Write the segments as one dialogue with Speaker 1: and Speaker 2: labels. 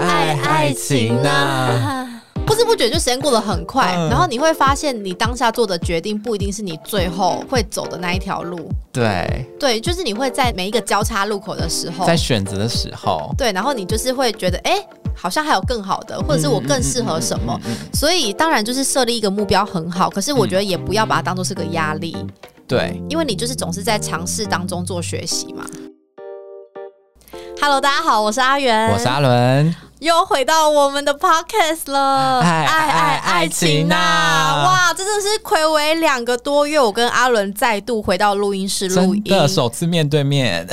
Speaker 1: 爱情啊！
Speaker 2: 不知不觉就时间过得很快，
Speaker 1: 嗯
Speaker 2: 然后你会发现你当下做的决定不一定是你最后会走的那一条路。
Speaker 1: 对，
Speaker 2: 对，就是你会在每一个交叉路口的时候
Speaker 1: 在，选择的时候，
Speaker 2: 对，然后你就是会觉得，哎、好像还有更好的，或者是我更适合什
Speaker 1: 嗯
Speaker 2: 么。所以当然就是设立一个目标很好，可是我觉得也不要把它当做是个压力，
Speaker 1: 对，
Speaker 2: 因为你就是总是在尝试当中做学习嘛。Hello，大家好，我是阿元，
Speaker 1: 我是阿伦，
Speaker 2: 又回到我们的 podcast 了，
Speaker 1: 爱爱哎爱情啊呐
Speaker 2: 啊哇，这真的是暌违两个多月，我跟阿伦再度回到录音室录
Speaker 1: 真
Speaker 2: 音。
Speaker 1: 的首次面对面，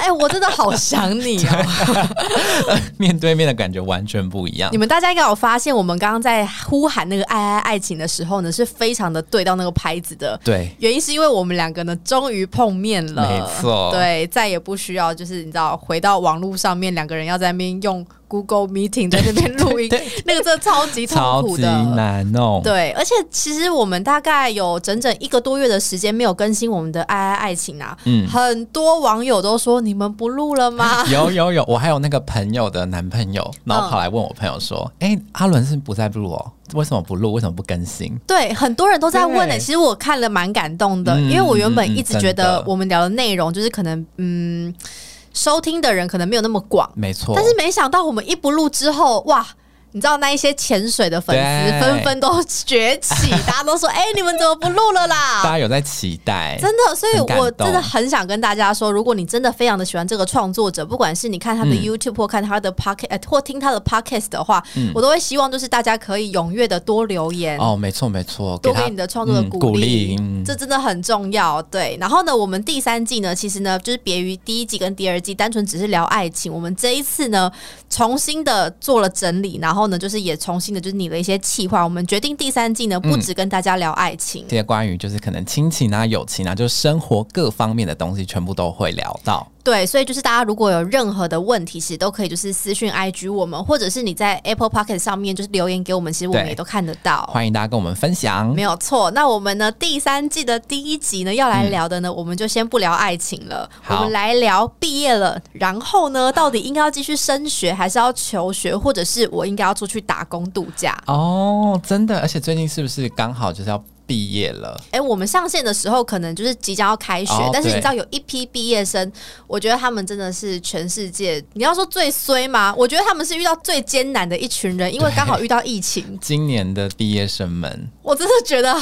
Speaker 2: 哎、我真的好想你 哦！
Speaker 1: 面对面的感觉完全不一样
Speaker 2: 你。们大家应该有发现，我们刚刚在呼喊那个爱爱爱情的时候呢，是非常的对到那个拍子的。
Speaker 1: 对，
Speaker 2: 原因是因为我们两个呢，终于碰面了，
Speaker 1: 没错
Speaker 2: 对，再也不需要就是你知道，回到网络上面，两个人要在那边用 Google Meeting 在那边 录音，那个真的超级痛
Speaker 1: 超
Speaker 2: 苦
Speaker 1: 级
Speaker 2: 的，
Speaker 1: 难弄。
Speaker 2: 对，而且其实我们大概有整整一个多月的时间没有更新我们的《爱爱爱情》啊，
Speaker 1: 嗯？
Speaker 2: 很多网友都说你们不录了吗
Speaker 1: 有有有，我还有那个朋友的男朋友，
Speaker 2: 嗯
Speaker 1: 然后跑来问我朋友说：“哎、阿伦是不在录哦，为什么不录？为什么不更新
Speaker 2: 对，很多人都在问呢、欸
Speaker 1: 对
Speaker 2: 其实我看了蛮感动的，
Speaker 1: 嗯
Speaker 2: 因为我原本一直觉
Speaker 1: 嗯
Speaker 2: 得
Speaker 1: 真的
Speaker 2: 我们聊的内容就是可能嗯，收听的人可能没有那么广？”，
Speaker 1: 没错，
Speaker 2: 但是没想到我们一不录之后，哇！你知道那一些潜水的粉丝
Speaker 1: 对
Speaker 2: 纷纷都崛起，大家都说：“哎、你们怎么不录了啦？”
Speaker 1: 大家有在期待，
Speaker 2: 真的，所以
Speaker 1: 很感
Speaker 2: 我真的
Speaker 1: 动
Speaker 2: 很想跟大家说，如果你真的非常的喜欢这个创作者，不管是你看他的
Speaker 1: 嗯
Speaker 2: YouTube 或看他的 Pocket，、呃或听他的 Podcast 的话，我都会希望就是大家可以踊跃的多留言。
Speaker 1: 嗯哦，没错没错，
Speaker 2: 多
Speaker 1: 他
Speaker 2: 给你的创作的
Speaker 1: 嗯
Speaker 2: 鼓励，
Speaker 1: 嗯
Speaker 2: 这真的很重要。对，然后呢，我们第三季呢，其实呢，就是别于第一季跟第二季单纯只是聊爱情，我们这一次呢，重新的做了整理，然后呢，就是也重新的就是拟了一些企划，我们决定第三季呢，
Speaker 1: 嗯
Speaker 2: 不只跟大家聊爱情，
Speaker 1: 这些关于就是可能亲情啊、友情啊，就是生活各方面的东西，全部都会聊到。
Speaker 2: 对，所以就是大家如果有任何的问题，其实都可以就是私讯 IG 我们，或者是你在 Apple Pocket 上面就是留言给我们，其实我们
Speaker 1: 对
Speaker 2: 也都看得到。
Speaker 1: 欢迎大家跟我们分享
Speaker 2: 没。有错，那我们呢第三季的第一集呢要来聊的呢，我们就先不聊爱情了，我
Speaker 1: 嗯好
Speaker 2: 们来聊毕业了，然后呢到底应该要继续升学，还是要求学，或者是我应该要出去打工度假？
Speaker 1: 哦，真的，而且最近是不是刚好就是要毕业了？
Speaker 2: 哎、我们上线的时候可能就是即将要开学，
Speaker 1: 哦
Speaker 2: 但是你
Speaker 1: 对
Speaker 2: 知道有一批毕业生，我觉得他们真的是全世界，你要说最衰吗？我觉得他们是遇到最艰难的一群人，因为刚好遇到疫情，
Speaker 1: 今年的毕业生们，
Speaker 2: 我真的觉得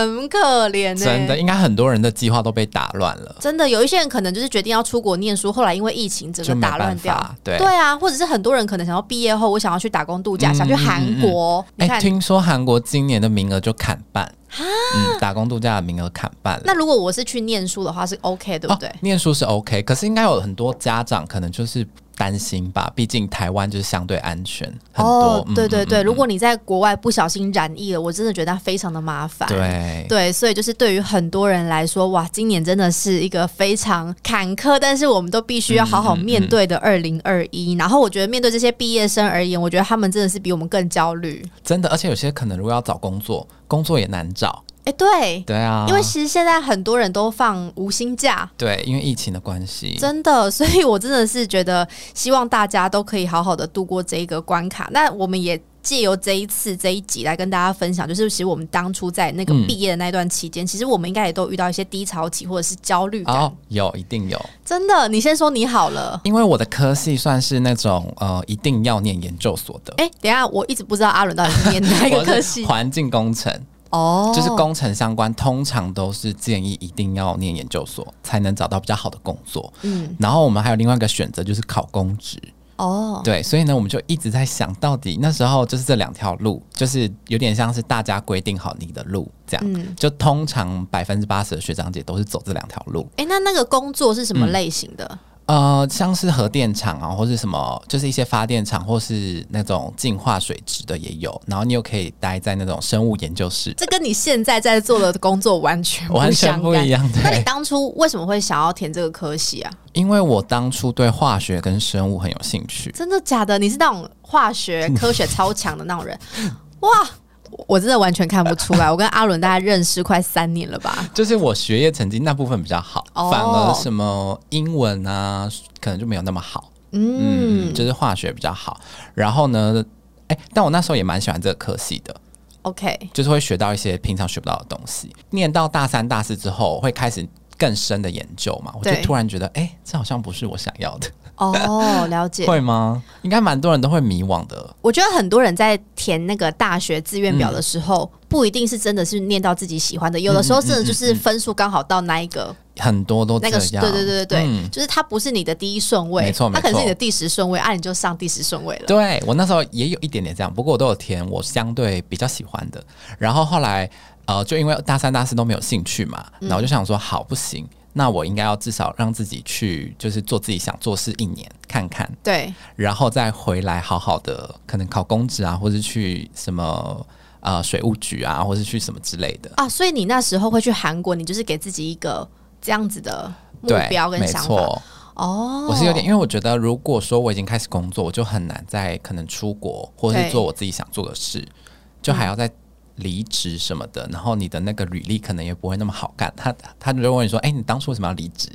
Speaker 2: 很可怜、欸。
Speaker 1: 真的应该很多人的计划都被打乱了。
Speaker 2: 真的有一些人可能就是决定要出国念书，后来因为疫情整个
Speaker 1: 就没
Speaker 2: 打乱
Speaker 1: 办
Speaker 2: 掉
Speaker 1: 法。对
Speaker 2: 啊，或者是很多人可能想要毕业后，我想要去打工度假，
Speaker 1: 嗯
Speaker 2: 想去韩国。你
Speaker 1: 哎、
Speaker 2: 看，啊
Speaker 1: 听说韩国今年的名额就砍半，嗯，打工度假的名额砍半了。
Speaker 2: 那如果我是去念书的话，是 OK 对不对？
Speaker 1: 哦？念书是 OK，可是应该有很多家长可能就是担心吧，毕竟台湾就是相对安全很多。嗯
Speaker 2: 哦对对对，
Speaker 1: 嗯
Speaker 2: 如果你在国外不小心染疫了，我真的觉得非常的麻烦。。
Speaker 1: 嗯对
Speaker 2: 对，所以就是对于很多人来说，哇，今年真的是一个非常坎坷，但是我们都必须要好好
Speaker 1: 嗯
Speaker 2: 面对的二零二一。然后我觉得面对这些毕业生而言，我觉得他们真的是比我们更焦虑。
Speaker 1: 真的，而且有些可能如果要找工作，工作也难找。
Speaker 2: 哎，对，
Speaker 1: 对啊，
Speaker 2: 因为其实现在很多人都放无薪假。
Speaker 1: 对，因为疫情的关系，
Speaker 2: 真的，所以我真的是觉得，希望大家都可以好好的度过这一个关卡。那我们也借由这一次这一集来跟大家分享，就是其实我们当初在那个
Speaker 1: 嗯
Speaker 2: 毕业的那段期间，其实我们应该也都遇到一些低潮期或者是焦虑感。
Speaker 1: 哦，有一定有，
Speaker 2: 真的，你先说你好了。
Speaker 1: 因为我的科系算是那种呃一定要念研究所的，
Speaker 2: 哎、等一下，我一直不知道阿伦到底是念哪一个
Speaker 1: 我是
Speaker 2: 科系
Speaker 1: 环境工程，
Speaker 2: 哦，
Speaker 1: 就是工程相关，通常都是建议一定要念研究所才能找到比较好的工作。
Speaker 2: 嗯
Speaker 1: 然后我们还有另外一个选择就是考公职，
Speaker 2: 哦，
Speaker 1: 对，所以呢，我们就一直在想到底那时候就是这两条路，就是有点像是大家规定好你的路这样，
Speaker 2: 嗯
Speaker 1: 就通常百分之八十的学长姐都是走这两条路，
Speaker 2: 哎、那那个工作是什么类型的？
Speaker 1: 呃，像是核电厂啊，或是什么，就是一些发电厂或是那种净化水质的也有，然后你又可以待在那种生物研 究室，
Speaker 2: 这跟你现在在做的工作完全不
Speaker 1: 完
Speaker 2: 相
Speaker 1: 全不
Speaker 2: 干
Speaker 1: 一样，
Speaker 2: 那你
Speaker 1: 对，
Speaker 2: 当初为什么会想要填这个科系啊？
Speaker 1: 因为我当初对化学跟生物很有兴趣，
Speaker 2: 真的假的？你是那种化学科学超强的那种人？ 哇，我我真的完全看不出来。我跟阿伦大概认识快三年了吧？
Speaker 1: 就是我学业成绩那部分比较好，
Speaker 2: 哦
Speaker 1: 反而什么英文啊，可能就没有那么好。
Speaker 2: 嗯
Speaker 1: 嗯，就是化学比较好。然后呢，哎、但我那时候也蛮喜欢这个科系的，
Speaker 2: OK，
Speaker 1: 就是会学到一些平常学不到的东西。念到大三、大四之后，会开始更深的研究嘛，我就
Speaker 2: 对
Speaker 1: 突然觉得，哎、这好像不是我想要的，
Speaker 2: 哦，了 解。
Speaker 1: 会吗？应该蛮多人都会迷惘的。
Speaker 2: 我觉得很多人在填那个大学志愿表的时候，不一定是真的是念到自己喜欢的，有的时候真的就是分数刚好到那一个
Speaker 1: 很多都这
Speaker 2: 那个，
Speaker 1: 样，
Speaker 2: 对对对对对，
Speaker 1: 嗯
Speaker 2: 就是它不是你的第一顺位，
Speaker 1: 没错
Speaker 2: 它可能是
Speaker 1: 没错
Speaker 2: 你的第十顺位，啊，你就上第十顺位了。
Speaker 1: 对我那时候也有一点点这样，不过我都有填我相对比较喜欢的。然后后来呃，就因为大三、大四都没有兴趣嘛，
Speaker 2: 嗯
Speaker 1: 然后我就想说，好不行，那我应该要至少让自己去就是做自己想做事一年看看，
Speaker 2: 对，
Speaker 1: 然后再回来好好的可能考公职啊，或是去什么呃水务局啊，或是去什么之类的。
Speaker 2: 啊，所以你那时候会去韩国，你就是给自己一个这样子的目
Speaker 1: 对，
Speaker 2: 标跟
Speaker 1: 没
Speaker 2: 想法。
Speaker 1: 错，
Speaker 2: 哦，
Speaker 1: 我是有点，因为我觉得如果说我已经开始工作，我就很难再可能出国，或是
Speaker 2: 对
Speaker 1: 做我自己想做的事，
Speaker 2: 嗯
Speaker 1: 就还要再离职什么的，然后你的那个履历可能也不会那么好看。他他就会问你说：“哎、你当初为什么要离职？”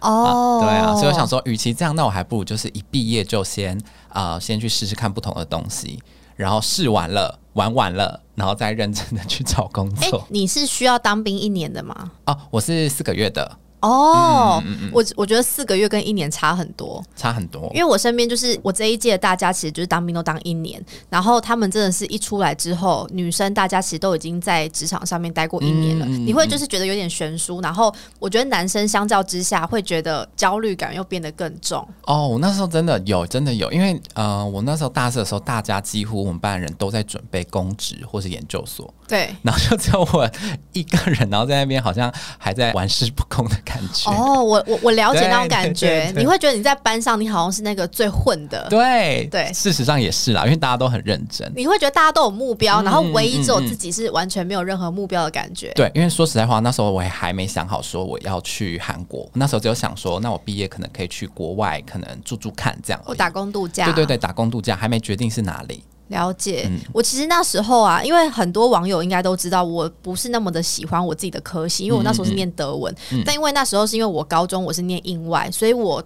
Speaker 2: 哦、
Speaker 1: 啊，对啊，所以我想说，与其这样，那我还不如就是一毕业就先啊、呃先去试试看不同的东西，然后试完了，玩完了，然后再认真的去找工
Speaker 2: 哎、
Speaker 1: 作。
Speaker 2: 你是需要当兵一年的吗？
Speaker 1: 哦、我是四个月的，
Speaker 2: 哦，
Speaker 1: 嗯
Speaker 2: 我我觉得四个月跟一年差很多，
Speaker 1: 差很多
Speaker 2: 因。为我身边就是我这一届大家其实就是当兵都当一年，然后他们真的是一出来之后，女生大家其实都已经在职场上面待过一年了，
Speaker 1: 嗯嗯嗯
Speaker 2: 你会就是觉得有点悬殊，然后我觉得男生相较之下会觉得焦虑感又变得更重，
Speaker 1: 哦，我那时候真的有，真的有，因为呃，我那时候大四的时候，大家几乎我们班的人都在准备公职或是研究所，
Speaker 2: 对。
Speaker 1: 然后就只有我一个人，然后在那边好像还在玩世不恭的感觉。
Speaker 2: 哦，我我我了解那种感
Speaker 1: 对
Speaker 2: 觉
Speaker 1: 对对，对
Speaker 2: 你会觉得你在班上你好像是那个最混的，
Speaker 1: 对
Speaker 2: 对
Speaker 1: 事实上也是啦，因为大家都很认真。
Speaker 2: 你会觉得大家都有目标，
Speaker 1: 嗯
Speaker 2: 然后唯一只有
Speaker 1: 嗯嗯
Speaker 2: 自己是完全没有任何目标的感觉。
Speaker 1: 对，因为说实在话，那时候我也还没想好说我要去韩国，那时候只有想说，那我毕业可能可以去国外，可能住住看这样而
Speaker 2: 我
Speaker 1: 已。
Speaker 2: 哦打工度假，
Speaker 1: 对对对，打工度假，还没决定是哪里。
Speaker 2: 了解，
Speaker 1: 嗯
Speaker 2: 我其实那时候啊，因为很多网友应该都知道，我不是那么的喜欢我自己的科系，因为我那
Speaker 1: 嗯
Speaker 2: 时候是念德文，但因为那时候是因为我高中我是念英外，所以我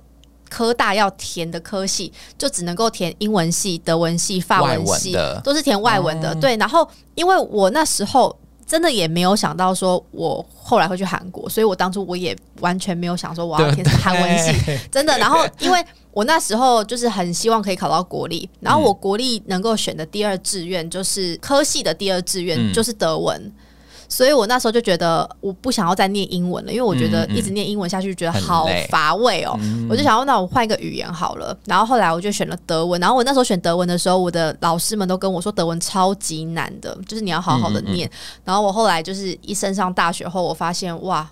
Speaker 2: 科大要填的科系就只能够填英文系、德文系、法
Speaker 1: 外
Speaker 2: 文
Speaker 1: 文
Speaker 2: 系，
Speaker 1: 的哦
Speaker 2: 都是填外文的。对，然后因为我那时候。真的也没有想到说，我后来会去韩国，所以我当初我也完全没有想说我要填什么韩文 系，真的。然后因为我那时候就是很希望可以考到国立，然后
Speaker 1: 嗯
Speaker 2: 我国立能够选的第二志愿就是科系的第二志愿
Speaker 1: 嗯
Speaker 2: 就是德文。所以我那时候就觉得我不想要再念英文了，因为我觉得
Speaker 1: 嗯嗯嗯
Speaker 2: 一直念英文下去觉得
Speaker 1: 很
Speaker 2: 好
Speaker 1: 累嗯
Speaker 2: 乏味哦、我就想要那我换一个语言好了。然后后来我就选了德文，然后我那时候选德文的时候，我的老师们都跟我说德文超级难的，就是你要好好的
Speaker 1: 嗯嗯嗯
Speaker 2: 念。然后我后来就是一升上大学后，我发现哇，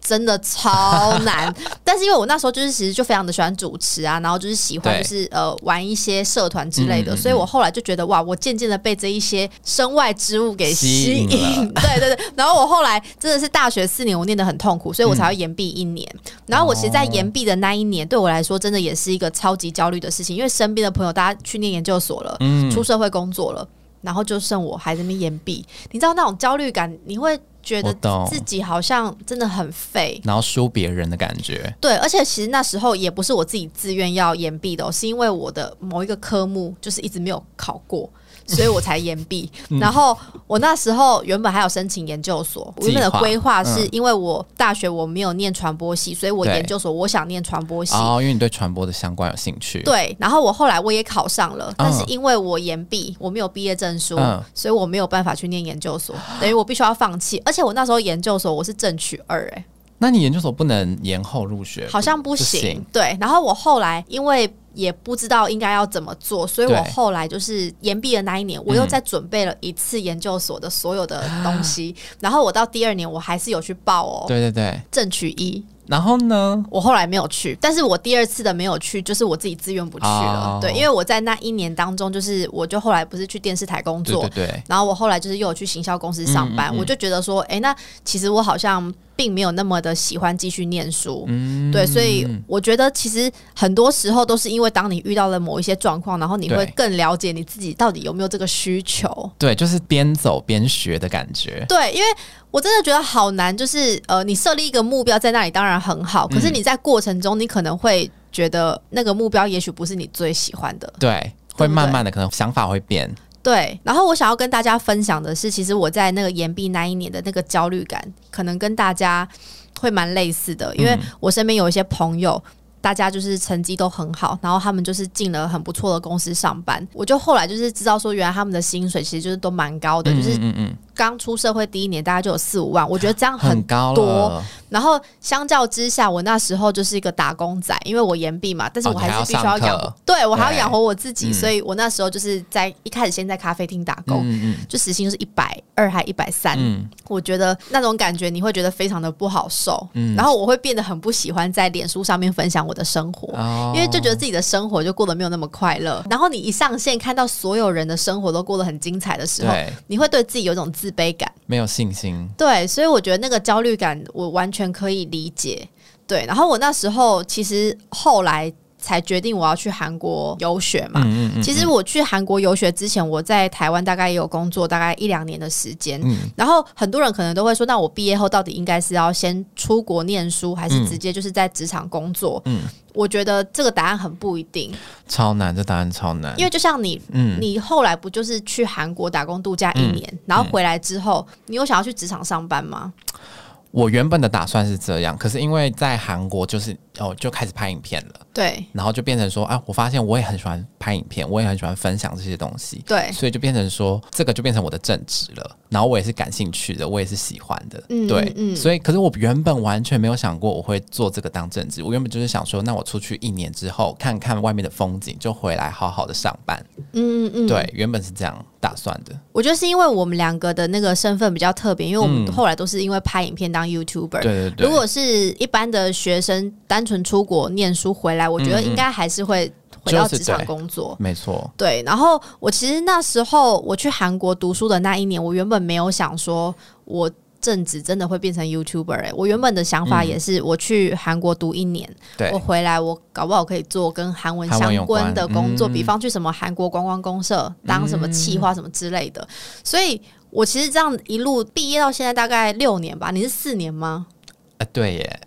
Speaker 2: 真的 超难。但是因为我那时候就是其实就非常的喜欢主持啊，然后就是喜欢
Speaker 1: 对
Speaker 2: 就是呃玩一些社团之类的，
Speaker 1: 嗯嗯嗯
Speaker 2: 所以我后来就觉得哇，我渐渐的被这一些身外之物给吸引。
Speaker 1: 吸引
Speaker 2: 对对对，然后我后来真的是大学四年我念的很痛苦，所以我
Speaker 1: 嗯
Speaker 2: 才要延毕一年。然后我其
Speaker 1: 哦
Speaker 2: 实，在延毕的那一年，对我来说真的也是一个超级焦虑的事情，因为身边的朋友大家去念研究所了，
Speaker 1: 嗯
Speaker 2: 出社会工作了。然后就剩我还在那边延毕，你知道那种焦虑感，你会觉得
Speaker 1: 我懂
Speaker 2: 自己好像真的很废，
Speaker 1: 然后输别人的感觉。
Speaker 2: 对，而且其实那时候也不是我自己自愿要延毕的哦、是因为我的某一个科目就是一直没有考过， 所以我才延毕。
Speaker 1: 嗯
Speaker 2: 然后我那时候原本还有申请研究所，我原本的
Speaker 1: 计划
Speaker 2: 规划是
Speaker 1: 嗯
Speaker 2: 因为我大学我没有念传播系，所以我
Speaker 1: 对
Speaker 2: 研究所我想念传播系。
Speaker 1: 哦，因为你对传播的相关有兴趣。，
Speaker 2: 对，然后我后来我也考上了，但是因为我延毕，我没有毕业证书，
Speaker 1: 嗯
Speaker 2: 所以我没有办法去念研究所，等于我必须要放弃。而且我那时候研究所我是正取二、欸，
Speaker 1: 那你研究所不能延后入学？
Speaker 2: 好像不行。对，然后我后来因为也不知道应该要怎么做，所以我
Speaker 1: 对
Speaker 2: 后来就是延毕的那一年，我又再准备了一次研究所的所有的东西。然后我到第二年，我还是有去报哦，
Speaker 1: 对对对。
Speaker 2: 正取一。
Speaker 1: 然后呢？
Speaker 2: 我后来没有去，但是我第二次的没有去，就是我自己自愿不去了。
Speaker 1: 哦
Speaker 2: 对，因为我在那一年当中，就是我就后来不是去电视台工
Speaker 1: 对
Speaker 2: 作，
Speaker 1: 对嗯对，
Speaker 2: 然后我后来就是又有去行销公司上班，我就觉得说，哎、那其实我好像并没有那么的喜欢继续念书，
Speaker 1: 嗯
Speaker 2: 对，所以我觉得其实很多时候都是因为当你遇到了某一些状况，然后你会
Speaker 1: 对
Speaker 2: 更了解你自己到底有没有这个需求。
Speaker 1: 对，就是边走边学的感觉。
Speaker 2: 对，因为我真的觉得好难，就是呃，你设立一个目标在那里当然很好，可
Speaker 1: 嗯
Speaker 2: 是你在过程中你可能会觉得那个目标也许不是你最喜欢的，
Speaker 1: 对，
Speaker 2: 对不对
Speaker 1: 会慢慢的可能想法会变，
Speaker 2: 对，然后我想要跟大家分享的是，其实我在那个岩壁那一年的那个焦虑感，可能跟大家会蛮类似的，
Speaker 1: 嗯
Speaker 2: 因为我身边有一些朋友。大家就是成绩都很好，然后他们就是进了很不错的公司上班。我就后来就是知道说，原来他们的薪水其实就是都蛮高的，就是
Speaker 1: 嗯嗯，
Speaker 2: 刚出社会第一年大概就有四五万，我觉得这样很
Speaker 1: 很高
Speaker 2: 多
Speaker 1: 了，
Speaker 2: 然后相较之下，我那时候就是一个打工仔，因为我延毕嘛，但是
Speaker 1: 哦
Speaker 2: 我还
Speaker 1: 你还要
Speaker 2: 是必须要
Speaker 1: 上
Speaker 2: 养，
Speaker 1: 课
Speaker 2: 对我还要
Speaker 1: 对
Speaker 2: 养活我自己，
Speaker 1: 嗯
Speaker 2: 所以我那时候就是在一开始先在咖啡厅打工，
Speaker 1: 嗯嗯
Speaker 2: 就时薪就是一百二还一百三，
Speaker 1: 嗯，
Speaker 2: 我觉得那种感觉你会觉得非常的不好受，
Speaker 1: 嗯
Speaker 2: 然后我会变得很不喜欢在脸书上面分享我的生活。
Speaker 1: 哦
Speaker 2: 因为就觉得自己的生活就过得没有那么快乐，然后你一上线看到所有人的生活都过得很精彩的时候，
Speaker 1: 对
Speaker 2: 你会对自己有一种自卑感。
Speaker 1: 没有信心，
Speaker 2: 对，所以我觉得那个焦虑感，我完全可以理解。对，然后我那时候其实后来才决定我要去韩国游学嘛。
Speaker 1: 嗯嗯嗯，
Speaker 2: 其实我去韩国游学之前，我在台湾大概也有工作，大概一两年的时间。
Speaker 1: 嗯
Speaker 2: 然后很多人可能都会说，那我毕业后到底应该是要先出国念书，还是
Speaker 1: 嗯
Speaker 2: 直接就是在职场工作？
Speaker 1: 嗯，
Speaker 2: 我觉得这个答案很不一定，
Speaker 1: 超难，这答案超难，
Speaker 2: 因为就像你
Speaker 1: 嗯
Speaker 2: 你后来不就是去韩国打工度假一
Speaker 1: 嗯
Speaker 2: 年，然后回来之后，你有想要去职场上班吗？
Speaker 1: 我原本的打算是这样，可是因为在韩国就是哦就开始拍影片了，
Speaker 2: 对
Speaker 1: 然后就变成说啊，我发现我也很喜欢拍影片，我也很喜欢分享这些东西，
Speaker 2: 对，
Speaker 1: 所以就变成说，这个就变成我的正职了。然后我也是感兴趣的，我也是喜欢的，
Speaker 2: 嗯
Speaker 1: 对，
Speaker 2: 嗯嗯
Speaker 1: 所以可是我原本完全没有想过我会做这个当正职，我原本就是想说，那我出去一年之后看看外面的风景，就回来好好的上班。
Speaker 2: 嗯嗯嗯，
Speaker 1: 对，原本是这样打算的。
Speaker 2: 我觉得是因为我们两个的那个身份比较特别，因为我们
Speaker 1: 嗯
Speaker 2: 后来都是因为拍影片当 YouTuber。
Speaker 1: 对对对，
Speaker 2: 如果是一般的学生，单纯出国念书回来，我觉
Speaker 1: 嗯
Speaker 2: 得应该还是会回到
Speaker 1: 就是
Speaker 2: 职场
Speaker 1: 对
Speaker 2: 工作。
Speaker 1: 没错，
Speaker 2: 对，然后我其实那时候我去韩国读书的那一年，我原本没有想说我正职真的会变成 YouTuber 哎、我原本的想法也是我去韩国读一年，
Speaker 1: 嗯对
Speaker 2: 我回来我搞不好可以做跟韩文
Speaker 1: 韩文
Speaker 2: 相
Speaker 1: 有
Speaker 2: 关的
Speaker 1: 关
Speaker 2: 工作，
Speaker 1: 嗯
Speaker 2: 比方去什么韩国观光公社当什么企划什么之类的，所以。我其实这样一路毕业到现在大概六年吧，你是四年吗？
Speaker 1: 呃，对耶，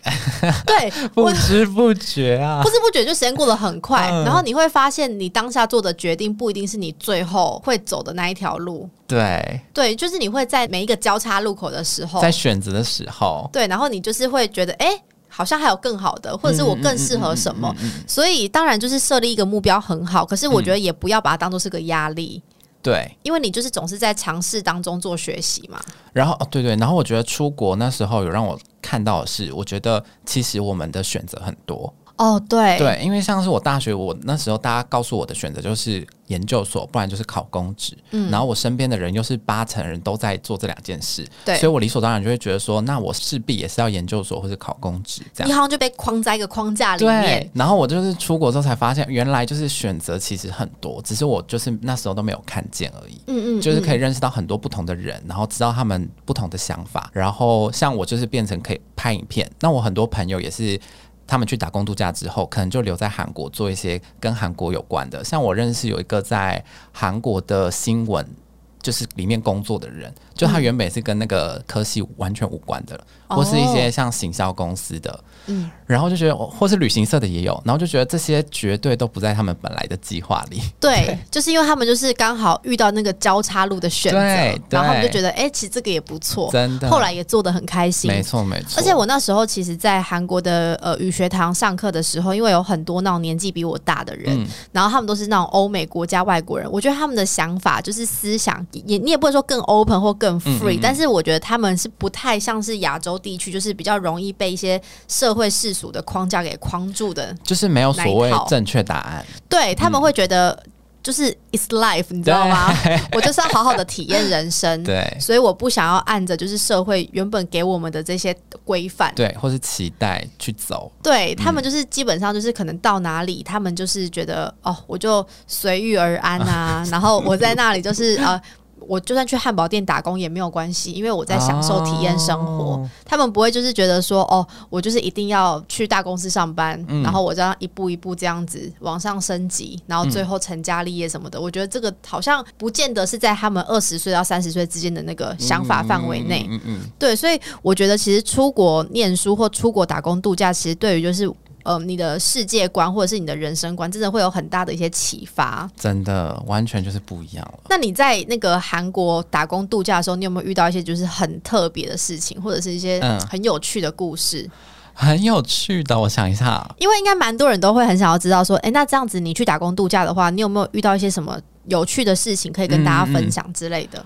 Speaker 2: 对，
Speaker 1: 不知不觉啊
Speaker 2: 不，知不觉就时间过得很快，
Speaker 1: 嗯
Speaker 2: 然后你会发现你当下做的决定不一定是你最后会走的那一条路，
Speaker 1: 对，
Speaker 2: 对，就是你会在每一个交叉路口的时候
Speaker 1: 在，选择的时候，
Speaker 2: 对，然后你就是会觉得，哎、好像还有更好的，或者是我
Speaker 1: 嗯
Speaker 2: 更适合什么。所以当然就是设立一个目标很好，可是
Speaker 1: 嗯
Speaker 2: 我觉得也不要把它当做是个压力，
Speaker 1: 对。
Speaker 2: 因为你就是总是在尝试当中做学习嘛。
Speaker 1: 然后，哦对对，然后我觉得出国那时候有让我看到的是，我觉得其实我们的选择很多，
Speaker 2: 哦，对，
Speaker 1: 对，因为像是我大学，我那时候大家告诉我的选择就是研究所，不然就是考公职。
Speaker 2: 嗯
Speaker 1: 然后我身边的人又是八成人都在做这两件事，
Speaker 2: 对
Speaker 1: 所以我理所当然就会觉得说，那我势必也是要研究所或是考公职这
Speaker 2: 你
Speaker 1: 样。
Speaker 2: 好像就被框在一个框架里面
Speaker 1: 对。，然后我就是出国之后才发现，原来就是选择其实很多，只是我就是那时候都没有看见而已。
Speaker 2: 嗯嗯，
Speaker 1: 就是可
Speaker 2: 以。
Speaker 1: 以认识到很多不同的人，然后知道他们不同的想法。然后像我就是变成可以拍影片，那我很多朋友也是。他们去打工度假之后，可能就留在韩国做一些跟韩国有关的。像我认识有一个在韩国的新闻，就是里面工作的人，就
Speaker 2: 嗯
Speaker 1: 他原本也是跟那个科系完全无关的，
Speaker 2: 哦
Speaker 1: 或是一些像行销公司的，
Speaker 2: 嗯
Speaker 1: 嗯，然后就觉得，或是旅行社的也有，然后就觉得这些绝对都不在他们本来的计划里。
Speaker 2: 对，就是因为他们就是刚好遇到那个交叉路的选择，
Speaker 1: 对
Speaker 2: 然后他们就
Speaker 1: 对
Speaker 2: 觉得，哎、其实这个也不错，
Speaker 1: 真的
Speaker 2: 后来也做得很开心，
Speaker 1: 没错，没错。
Speaker 2: 而且我那时候其实，在韩国的呃语学堂上课的时候，因为有很多那种年纪比我大的人，
Speaker 1: 嗯
Speaker 2: 然后他们都是那种欧美国家外国人，我觉得他们的想法就是思想也你也不会说更 open 或更
Speaker 1: 嗯
Speaker 2: free，、但是我觉得他们是不太像是亚洲地区，就是比较容易被一些社会世俗的框架给框住的，
Speaker 1: 就是没有所谓
Speaker 2: 哪一套
Speaker 1: 正确答案，
Speaker 2: 对他们会觉得。就是 it's life，你知道吗？我就是要好好的体验人生，
Speaker 1: 对
Speaker 2: 所以我不想要按着就是社会原本给我们的这些规范，
Speaker 1: 对，或是期待去走，
Speaker 2: 对他们就是基本上就是可能到哪里，他们就是觉得哦，我就随遇而安啊，然后我在那里就是呃。我就算去汉堡店打工也没有关系，因为我在享受体验生活。
Speaker 1: 哦
Speaker 2: 他们不会就是觉得说，哦，我就是一定要去大公司上班，
Speaker 1: 嗯
Speaker 2: 然后我这样一步一步这样子往上升级，然后最后成家立业什么的。我觉得这个好像不见得是在他们二十岁到三十岁之间的那个想法范围内。
Speaker 1: 嗯嗯嗯嗯
Speaker 2: 对，所以我觉得其实出国念书或出国打工度假，其实对于就是呃你的世界观或者是你的人生观，真的会有很大的一些启发。
Speaker 1: 真的完全就是不一样了。
Speaker 2: 那你在那个韩国打工度假的时候，你有没有遇到一些就是很特别的事情，或者是一些
Speaker 1: 嗯
Speaker 2: 很有趣的故事？
Speaker 1: 很有趣的，我想一下，
Speaker 2: 因为应该蛮多人都会很想要知道说，哎、那这样子你去打工度假的话，你有没有遇到一些什么有趣的事情可以跟
Speaker 1: 嗯
Speaker 2: 大家分享之类的？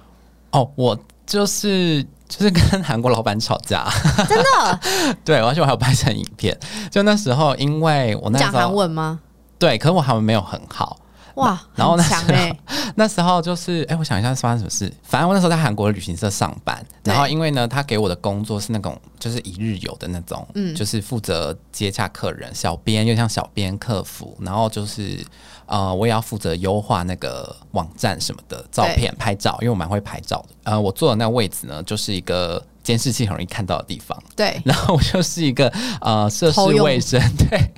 Speaker 1: 哦，我就是就是跟韩国老板吵架，
Speaker 2: 真的
Speaker 1: 对，而且我还有拍成影片。就那时候，因为我那
Speaker 2: 讲
Speaker 1: 时
Speaker 2: 韩
Speaker 1: 候
Speaker 2: 文吗？
Speaker 1: 对，可是我韩文没有很好。
Speaker 2: 哇，
Speaker 1: 然后
Speaker 2: 很
Speaker 1: 那
Speaker 2: 强
Speaker 1: 时候
Speaker 2: 哎、
Speaker 1: 那时候就是，哎、我想一下是发生什么事。反正我那时候在韩国的旅行社上班，
Speaker 2: 对
Speaker 1: 然后因为呢，他给我的工作是那种就是一日游的那种，
Speaker 2: 嗯
Speaker 1: 就是负责接洽客人，小编又像小编客服，然后就是呃，我也要负责优化那个网站什么的照片拍照，因为我蛮会拍照的。呃，我坐的那个位置呢，就是一个监视器很容易看到的地 方。
Speaker 2: 对，
Speaker 1: 然后我就是一个呃涉世
Speaker 2: 偷用
Speaker 1: 未深，对，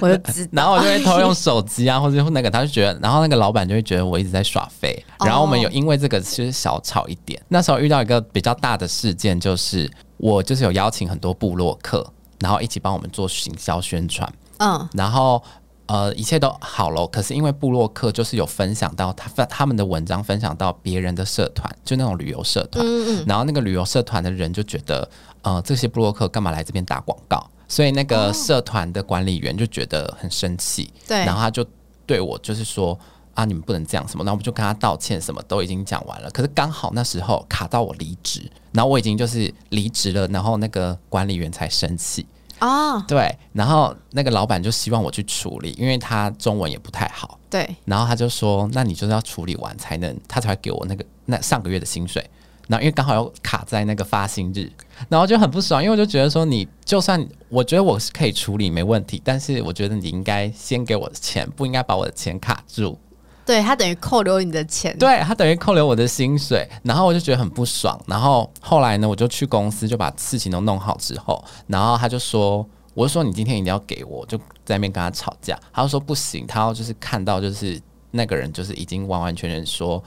Speaker 2: 我就 知道。
Speaker 1: 然后我就会偷用手机啊，或者那个，他就觉得，然后那个老板就会觉得我一直在耍废。
Speaker 2: 哦
Speaker 1: 然后我们有因为这个其实小吵一点。那时候遇到一个比较大的事件，就是我就是有邀请很多部落客，然后一起帮我们做行销宣传，
Speaker 2: 嗯，
Speaker 1: 然后。呃，一切都好了，可是因为部落客就是有分享到他分他们的文章，分享到别人的社团，就那种旅游社团，
Speaker 2: 嗯嗯，
Speaker 1: 然后那个旅游社团的人就觉得，呃，这些布洛克干嘛来这边打广告？所以那
Speaker 2: 哦
Speaker 1: 个社团的管理员就觉得很生气，
Speaker 2: 对
Speaker 1: 然后他就对我就是说啊，你们不能这样什么，那我们就跟他道歉，什么都已经讲完了。可是刚好那时候卡到我离职，然后我已经就是离职了，然后那个管理员才生气，
Speaker 2: 啊，
Speaker 1: 对，然后那个老板就希望我去处理，因为他中文也不太好，
Speaker 2: 对，
Speaker 1: 然后他就说：“那你就是要处理完才能，他才会给我那个那上个月的薪水。”然后因为刚好又卡在那个发薪日，然后就很不爽，因为我就觉得说你就算我觉得我是可以处理没问题，但是我觉得你应该先给我钱，不应该把我的钱卡住。
Speaker 2: 对他等于扣留你的钱，
Speaker 1: 对他等于扣留我的薪水，然后我就觉得很不爽。然后后来呢，我就去公司就把事情都弄好之后，然后他就说。我就说你今天一定要给我，就在那边跟他吵架。他就说不行，他要就是看到就是那个人就是已经完完全全说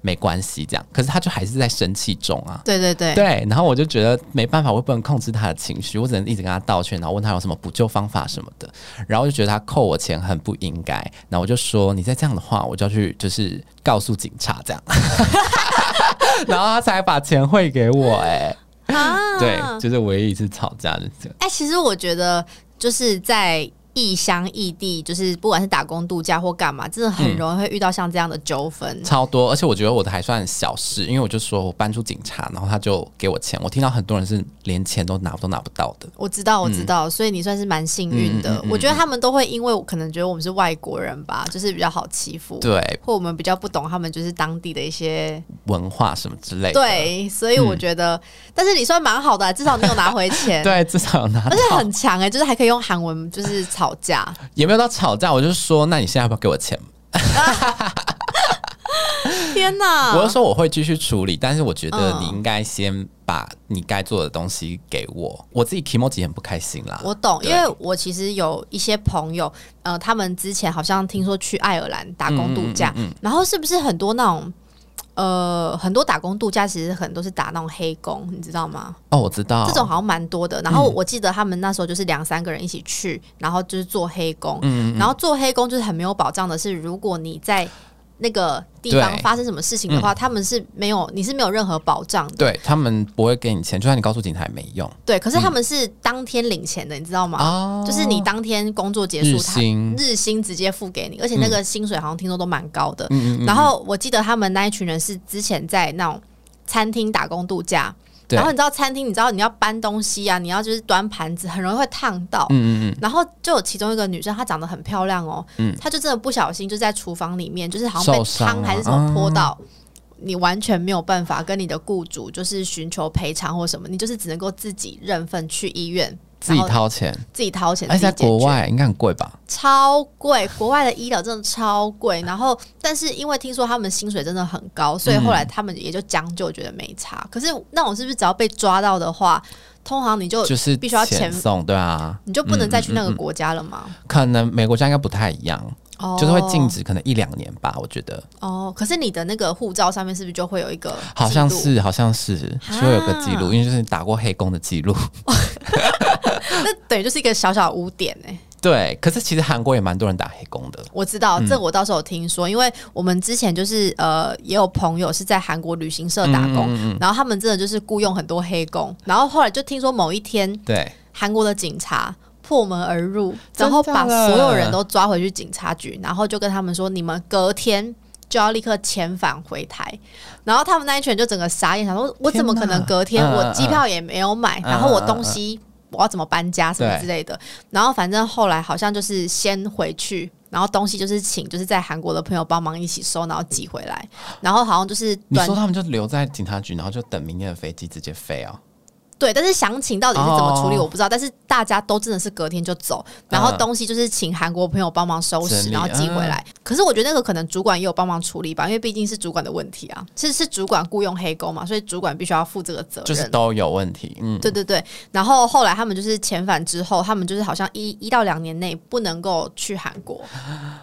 Speaker 1: 没关系这样，可是他就还是在生气中啊。
Speaker 2: 对对对，
Speaker 1: 对，然后我就觉得没办法，我不能控制他的情绪，我只能一直跟他道歉，然后问他有什么补救方法什么的，然后就觉得他扣我钱很不应该，然后我就说你再这样的话，我就要去就是告诉警察 这样，然后他才把钱汇给我、哎、
Speaker 2: 啊，
Speaker 1: 对，就是唯一一次吵架的这个，
Speaker 2: 哎、其实我觉得就是在异乡异地，就是不管是打工度假或干嘛，真的
Speaker 1: 嗯
Speaker 2: 很容易会遇到像这样的纠纷。
Speaker 1: 超多，而且我觉得我的还算小事，因为我就说我搬出警察，然后他就给我钱，我听到很多人是连钱都拿都拿不到的，
Speaker 2: 我知道，我知道，所以你算是蛮幸运的。
Speaker 1: 嗯嗯嗯嗯嗯
Speaker 2: 我觉得他们都会因为我可能觉得我们是外国人吧，就是比较好欺负，
Speaker 1: 对，
Speaker 2: 或我们比较不懂他们就是当地的一些
Speaker 1: 文化什么之类的，
Speaker 2: 对，所以我
Speaker 1: 嗯
Speaker 2: 觉得，但是你算蛮好的啊、至少你有拿回 钱，
Speaker 1: 对，至少有拿到
Speaker 2: 而。且很强哎、就是还可以用韩文就是吵架。
Speaker 1: 也没有到吵架，我就说，那你现在要不要给我钱？
Speaker 2: 天哪！
Speaker 1: 我就说我会继续处理，但是我觉得
Speaker 2: 嗯
Speaker 1: 你应该先把你该做的东西给我。我自己 k i m o j i 很不开心啦，
Speaker 2: 我懂，因
Speaker 1: 对
Speaker 2: 为我其实有一些朋友，呃，他们之前好像听说去爱尔兰打工度假，
Speaker 1: 嗯
Speaker 2: 然后是不是很多那种，呃，很多打工度假其实很多是打那种黑工，你知道吗？
Speaker 1: 哦，嗯我知道
Speaker 2: 这种好像蛮多的。然后我记得他们那时候就是两三个人一起去，然后就是做黑工，
Speaker 1: 嗯
Speaker 2: 然后做黑工就是很没有保障的是，如果你在那个地方
Speaker 1: 对嗯
Speaker 2: 发生什么事情的话，他们是没有，你是没有任何保障的。
Speaker 1: 对他们不会给你钱，就算你告诉警察也没用
Speaker 2: 对，可是他们是当天领钱的，你知道吗？
Speaker 1: 哦嗯
Speaker 2: 就是你当天工作结
Speaker 1: 日
Speaker 2: 束，他
Speaker 1: 薪，
Speaker 2: 日薪直接付给你，而且那个薪水好像听说都蛮高的。
Speaker 1: 嗯嗯嗯嗯，
Speaker 2: 然后我记得他们那一群人是之前在那种餐厅打工度假，
Speaker 1: 对
Speaker 2: 然后你知道餐厅，你知道你要搬东西啊，你要就是端盘子，很容易会烫到。
Speaker 1: 嗯嗯嗯，嗯
Speaker 2: 然后就有其中一个女生，她长得很漂亮哦，她就真的不小心就在厨房里面，就是好像被
Speaker 1: 受
Speaker 2: 汤
Speaker 1: 伤了啊
Speaker 2: 还是什么泼到，你完全没有办法跟你的雇主就是寻求赔偿或什么，你就是只能够自己认份去医院，
Speaker 1: 自己
Speaker 2: 然后
Speaker 1: 掏钱，
Speaker 2: 自己掏钱，
Speaker 1: 而且啊在
Speaker 2: 自己解决
Speaker 1: 国外应该很贵吧？
Speaker 2: 超贵，国外的医疗真的超贵。然后，但是因为听说他们薪水真的很高，所以后来他们也就将就，觉得没差。可是那种是不是只要被抓到的话，通常你就
Speaker 1: 就是
Speaker 2: 哦必须要钱
Speaker 1: 遣送，对啊，
Speaker 2: 你就不能再去那个国家了吗？
Speaker 1: 可能美国家应该不太一样，
Speaker 2: 哦，
Speaker 1: 就是会禁止可能一两年吧，我觉得
Speaker 2: 哦。可是你的那个护照上面是不是就会有一个
Speaker 1: 好像
Speaker 2: 记录？
Speaker 1: 是好像是，就有个记录，
Speaker 2: 啊
Speaker 1: 因为就是打过黑工的记录。
Speaker 2: 那等于就是一个小小污点哎、
Speaker 1: 对，可是其实韩国也蛮多人打黑工的。
Speaker 2: 我知道，这我倒是有听说，因为我们之前就是呃，也有朋友是在韩国旅行社打工，
Speaker 1: 嗯
Speaker 2: 然后他们真的就是雇佣很多黑工，然后后来就听说某一天
Speaker 1: 嗯对，
Speaker 2: 韩国的警察。破门而入，
Speaker 1: 真的
Speaker 2: 然后把所有人都抓回去警察局，然后就跟他们说：“你们隔天就要立刻遣返回台。”然后他们那一群人就整个傻眼，想说：“我怎么可能隔天？
Speaker 1: 天哪
Speaker 2: 我机票也没有买，
Speaker 1: 嗯
Speaker 2: 然后我东西我要怎么搬家什么
Speaker 1: 对
Speaker 2: 之类的。然后反正后来好像就是先回去，然后东西就是请就是在韩国的朋友帮忙一起收，然后寄回来。然后好像就是
Speaker 1: 你
Speaker 2: 短
Speaker 1: 说他们就留在警察局，然后就等明天的飞机直接飞哦。
Speaker 2: 对，但是详情到底是怎么处理
Speaker 1: 哦
Speaker 2: 我不知道。但是大家都真的是隔天就走，然后
Speaker 1: 嗯
Speaker 2: 东西就是请韩国朋友帮忙收
Speaker 1: 整
Speaker 2: 拾，
Speaker 1: 理嗯
Speaker 2: 然后寄回来。可是我觉得那个可能主管也有帮忙处理吧，因为毕竟是主管的问题啊，是是主管雇佣黑工嘛，所以主管必须要负这个责任。
Speaker 1: 就是都有问题。嗯，
Speaker 2: 呃对对对，然后后来他们就是遣返之后，他们就是好像一一到两年内不能够去韩国，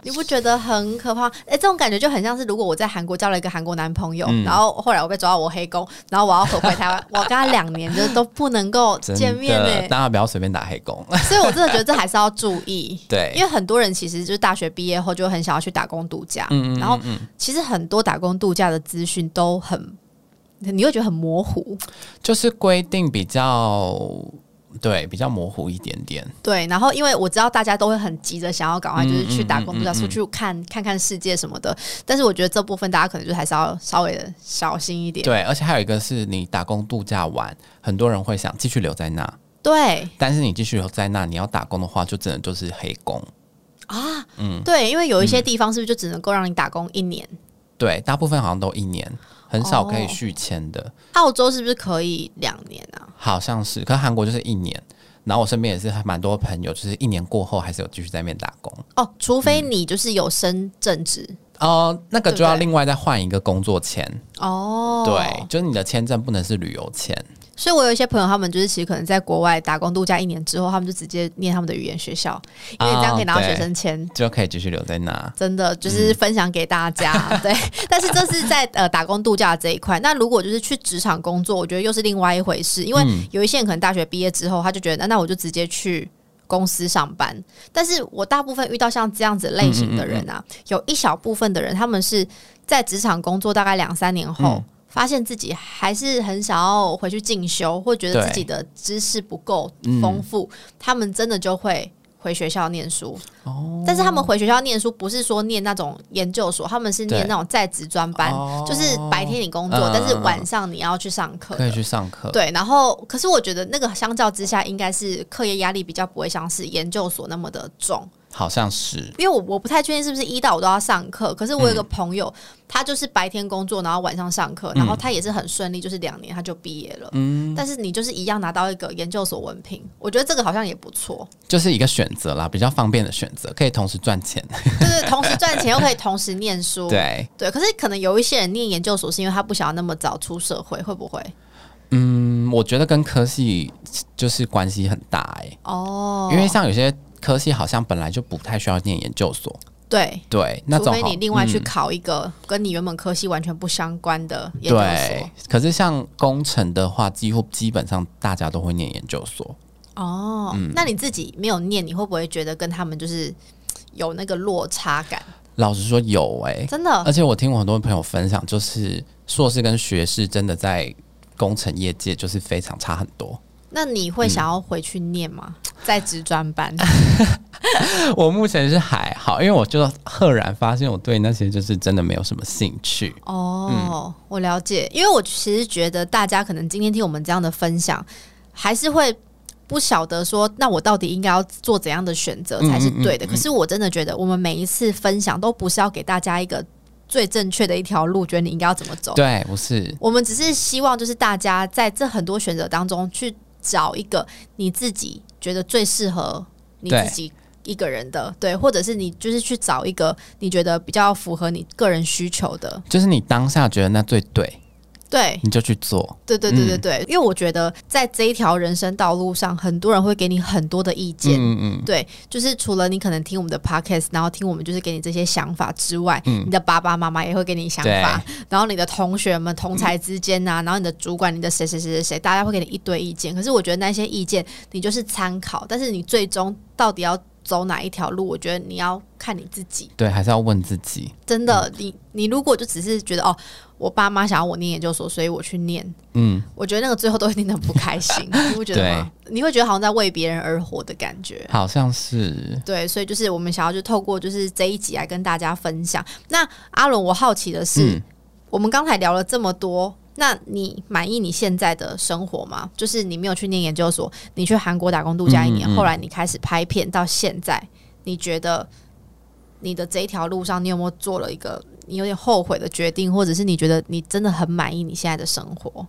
Speaker 2: 你不觉得很可怕？哎，这种感觉就很像是如果我在韩国交了一个韩国男朋友，
Speaker 1: 嗯
Speaker 2: 然后后来我被抓到我黑工，然后我要回回台湾， 我跟他两年就都不能够
Speaker 1: 真
Speaker 2: 见面欸
Speaker 1: 的，
Speaker 2: 呢、
Speaker 1: 大家不要随便打黑 工。
Speaker 2: 所以我真的觉得这还是要注意。
Speaker 1: 对
Speaker 2: 因为很多人其实就是大学毕业后就很想要去打工度假，
Speaker 1: 嗯
Speaker 2: 然后其实很多打工度假的资讯都很，你会觉得很模糊，
Speaker 1: 就是规定比较对比较模糊一点点。
Speaker 2: 对，然后因为我知道大家都会很急着想要赶快就是去打工度假，
Speaker 1: 嗯嗯嗯嗯嗯
Speaker 2: 出去看看看世界什么的，但是我觉得这部分大家可能就还是要稍微的小心一点。
Speaker 1: 对，而且还有一个是你打工度假完，很多人会想继续留在那，
Speaker 2: 对
Speaker 1: 但是你继续留在那，你要打工的话，就只能就是黑工。
Speaker 2: 啊，
Speaker 1: 嗯
Speaker 2: 对，因为有一些地方是不是就只能够让你打工一年？
Speaker 1: 对，大部分好像都一年，很少可
Speaker 2: 哦
Speaker 1: 以续签的，
Speaker 2: 澳洲是不是可以两年啊？
Speaker 1: 好像是。可是韩国就是一年，然后我身边也是还蛮多朋友，就是一年过后还是有继续在那边打工。
Speaker 2: 哦，除非
Speaker 1: 嗯
Speaker 2: 你就是有升正职、
Speaker 1: 哦，那个
Speaker 2: 对不
Speaker 1: 就要
Speaker 2: 对
Speaker 1: 另外再换一个工作签。
Speaker 2: 哦，
Speaker 1: 对，，就是你的签证不能是旅游签。
Speaker 2: 所以我有一些朋友，他们就是其实可能在国外打工度假一年之后，他们就直接念他们的语言学校，因为这样可以拿到
Speaker 1: 哦
Speaker 2: 学
Speaker 1: 对
Speaker 2: 生签。
Speaker 1: 就可以继续留在那。
Speaker 2: 真的就是分享给大家，对。但是这是在呃打工度假这一块。那如果就是去职场工作，我觉得又是另外一回事，因为有一些人可能大学毕业之后，他就觉得那那我就直接去。公司上班，但是我大部分遇到像这样子类型的人啊，有一小部分的人，他们是在职场工作大概两三年后，发现自己还是很想要回去进修，或觉得
Speaker 1: 对
Speaker 2: 自己的知识不够丰富，他们真的就会回学校念书。
Speaker 1: 哦
Speaker 2: 但是他们回学校念书，不是说念那种研究所，他们是念
Speaker 1: 对
Speaker 2: 那种在职专班，
Speaker 1: 哦
Speaker 2: 就是白天你工作，
Speaker 1: 嗯
Speaker 2: 但是晚上你要去上课的。
Speaker 1: 可以去上课。
Speaker 2: 对，然后可是我觉得那个相较之下，应该是课业压力比较不会像是研究所那么的重，
Speaker 1: 好像是
Speaker 2: 因为我我不太确定是不是一到五都要上课。可是我有一
Speaker 1: 嗯
Speaker 2: 个朋友，他就是白天工作，然后晚上上课，然后他也是很顺利，就是两年他就毕业了。
Speaker 1: 嗯
Speaker 2: 但是你就是一样拿到一个研究所文凭，我觉得这个好像也不错。
Speaker 1: 就是一个选择啦，比较方便的选择，可以同时赚钱。
Speaker 2: 就是同时赚钱又可以同时念书。
Speaker 1: 对，
Speaker 2: 对，可是可能有一些人念研究所是因为他不想要那么早出社会，会不会？
Speaker 1: 嗯，我觉得跟科系就是关系很大哎、
Speaker 2: 哦，
Speaker 1: 因为像有些科系好像本来就不太需要念研究所，
Speaker 2: 对，
Speaker 1: 对，那
Speaker 2: 除
Speaker 1: 种
Speaker 2: 非
Speaker 1: 好
Speaker 2: 你另外去
Speaker 1: 嗯
Speaker 2: 考一个跟你原本科系完全不相关的研究所
Speaker 1: 对。，可是像工程的话，几乎基本上大家都会念研究所。
Speaker 2: 哦，
Speaker 1: 嗯
Speaker 2: 那你自己没有念，你会不会觉得跟他们就是有那个落差感？
Speaker 1: 老实说有哎、
Speaker 2: 真的
Speaker 1: 而且我听我很多朋友分享，就是硕士跟学士真的在工程业界就是非常差很多。
Speaker 2: 那你会想要回去念吗？在职专班
Speaker 1: 我目前是还好，因为我就赫然发现我对那些就是真的没有什么兴趣。
Speaker 2: 哦，我了解，因为我其实觉得大家可能今天听我们这样的分享，还是会不晓得说，那我到底应该要做怎样的选择才是对的。
Speaker 1: 嗯
Speaker 2: 可是我真的觉得，我们每一次分享都不是要给大家一个最正确的一条路，觉得你应该要怎么走。
Speaker 1: 对，不是，
Speaker 2: 我们只是希望，就是大家在这很多选择当中去找一个你自己觉得最适合你
Speaker 1: 对
Speaker 2: 自己一个人的，对，或者是你就是去找一个你觉得比较符合你个人需求的。
Speaker 1: 就是你当下觉得那最对，
Speaker 2: 对，
Speaker 1: 你就去做。
Speaker 2: 对对对对对，因为我觉得在这一条人生道路上，很多人会给你很多的意见。
Speaker 1: 嗯嗯，
Speaker 2: 对，就是除了你可能听我们的 podcast，然后听我们就是给你这些想法之外，你的爸爸妈妈也会给你想法，然后你的同学们、同才之间呐、然后你的主管、你的谁谁谁谁谁，大家会给你一堆意见。可是我觉得那些意见你就是参考，但是你最终到底要走哪一条路，我觉得你要看你自己。
Speaker 1: 对，还是要问自己。
Speaker 2: 真的，你你如果就只是觉得哦，我爸妈想要我念研究所，所以我去念，
Speaker 1: 嗯，
Speaker 2: 我觉得那个最后都一定很不开 心，你会觉得吗？你会觉得好像在为别人而活的感觉。
Speaker 1: 好像是
Speaker 2: 对，所以就是我们想要就透过就是这一集来跟大家分享。那阿伦，我好奇的是，
Speaker 1: 嗯
Speaker 2: 我们刚才聊了这么多，那你满意你现在的生活吗？就是你没有去念研究所，你去韩国打工度假一年，
Speaker 1: 嗯嗯
Speaker 2: 后来你开始拍片，到现在，你觉得你的这一条路上，你有没有做了一个你有点后悔的决定，或者是你觉得你真的很满意你现在的生活？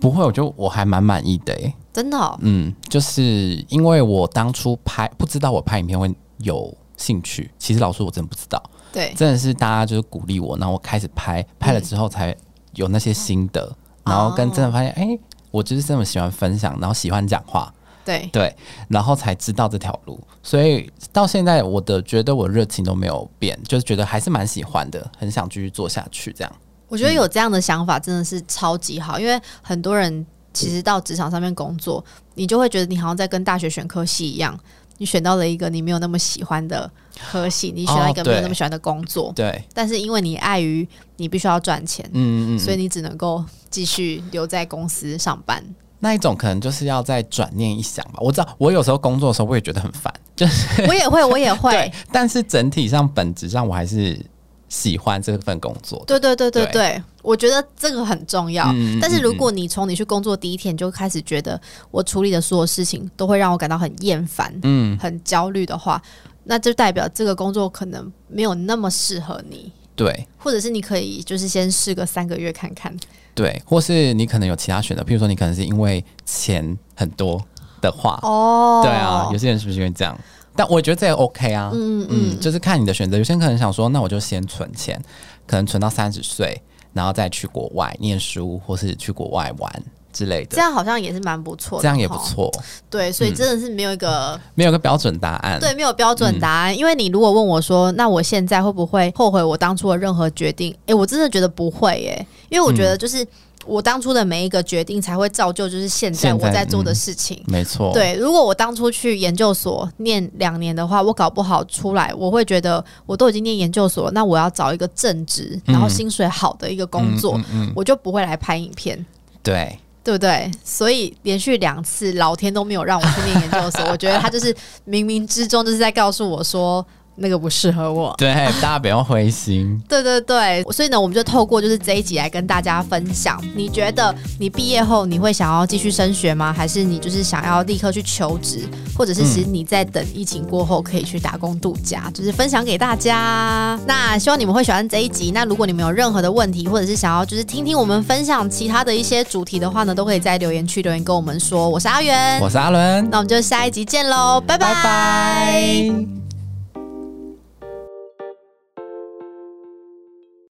Speaker 1: 不会，我觉得我还蛮满意的、欸。
Speaker 2: 真的、哦，
Speaker 1: 嗯，就是因为我当初拍不知道我拍影片会有兴趣，其实老实说我真的不知道，
Speaker 2: 对，
Speaker 1: 真的是大家就是鼓励我，然后我开始拍，拍了之后才有那些心得，然后跟真的发现，哎、我就是这么喜欢分享，然后喜欢讲话，
Speaker 2: 对，
Speaker 1: 对，然后才知道这条路，所以到现在我的觉得我热情都没有变，就是觉得还是蛮喜欢的，很想继续做下去这样。
Speaker 2: 我觉得有这样的想法真的是超级好，因为很多人其实到职场上面工作，你就会觉得你好像在跟大学选科系一样，你选到了一个你没有那么喜欢的科系，你选到一个没
Speaker 1: 哦对
Speaker 2: 有那么喜欢的工作，
Speaker 1: 哦对，
Speaker 2: 但是因为你碍于你必须要赚钱，
Speaker 1: 嗯嗯嗯，
Speaker 2: 所以你只能够继续留在公司上 班。
Speaker 1: 那一种可能就是要再转念一想吧。我知道我有时候工作的时候我也觉得很烦，就是
Speaker 2: 我也会，我也会
Speaker 1: 对。，但是整体上本质上我还是喜欢这份工作的。
Speaker 2: 对对对对
Speaker 1: 对
Speaker 2: 对，我觉得这个很重要。
Speaker 1: 嗯嗯
Speaker 2: 但是如
Speaker 1: 嗯
Speaker 2: 果你从你去工作第一天就开始觉得我处理的所有事情都会让我感到很厌烦，嗯，很焦虑的话，那就代表这个工作可能没有那么适合你，
Speaker 1: 嗯对
Speaker 2: 或者是你可以就是先试个三个月看看。
Speaker 1: 对，或是你可能有其他选择，譬如说你可能是因为钱很多的话，
Speaker 2: 哦
Speaker 1: 对啊，有些人是不是因为这样？但我觉得这也 OK 啊，
Speaker 2: 嗯
Speaker 1: 嗯，就是看你的选择。有些人可能想说，那我就先存钱，可能存到三十岁，然后再去国外念书，或是去国外玩之类
Speaker 2: 这
Speaker 1: 的，
Speaker 2: 样好像也是蛮不错的，
Speaker 1: 这样也不
Speaker 2: 吼。
Speaker 1: 错。嗯
Speaker 2: 对，所以真的是没有一个
Speaker 1: 没有个标准答案，
Speaker 2: 对，没有标准答
Speaker 1: 嗯
Speaker 2: 案，因为你如果问我说，那我现在会不会后悔我当初的任何决定？诶、我真的觉得不会耶、因为我
Speaker 1: 嗯
Speaker 2: 觉得就是我当初的每一个决定才会造就就是现在
Speaker 1: 现在嗯
Speaker 2: 我在做的事情。
Speaker 1: 没错，，
Speaker 2: 对，如果我当初去研究所念两年的话，我搞不好出来，我会觉得我都已经念研究所了，那我要找一个正职，然后薪水好的一个工作，
Speaker 1: 嗯嗯
Speaker 2: 我就不会来拍影片。
Speaker 1: 对，
Speaker 2: 对不对？所以连续两次老天都没有让我去念研究所，我觉得他就是冥冥之中就是在告诉我说那个不适合我。
Speaker 1: 对，大家不要灰心。
Speaker 2: 对对对，所以呢，我们就透过就是这一集来跟大家分享，你觉得你毕业后你会想要继续升学吗？还是你就是想要立刻去求职，或者是其实你在等疫情过后可以去打工度假，就是分享给大家。那希望你们会喜欢这一集。那如果你们有任何的问题，或者是想要就是听听我们分享其他的一些主题的话呢，都可以在留言区留言跟我们说。我是阿元
Speaker 1: 我，是阿伦，
Speaker 2: 那我们就下一集见喽，拜拜
Speaker 1: 拜拜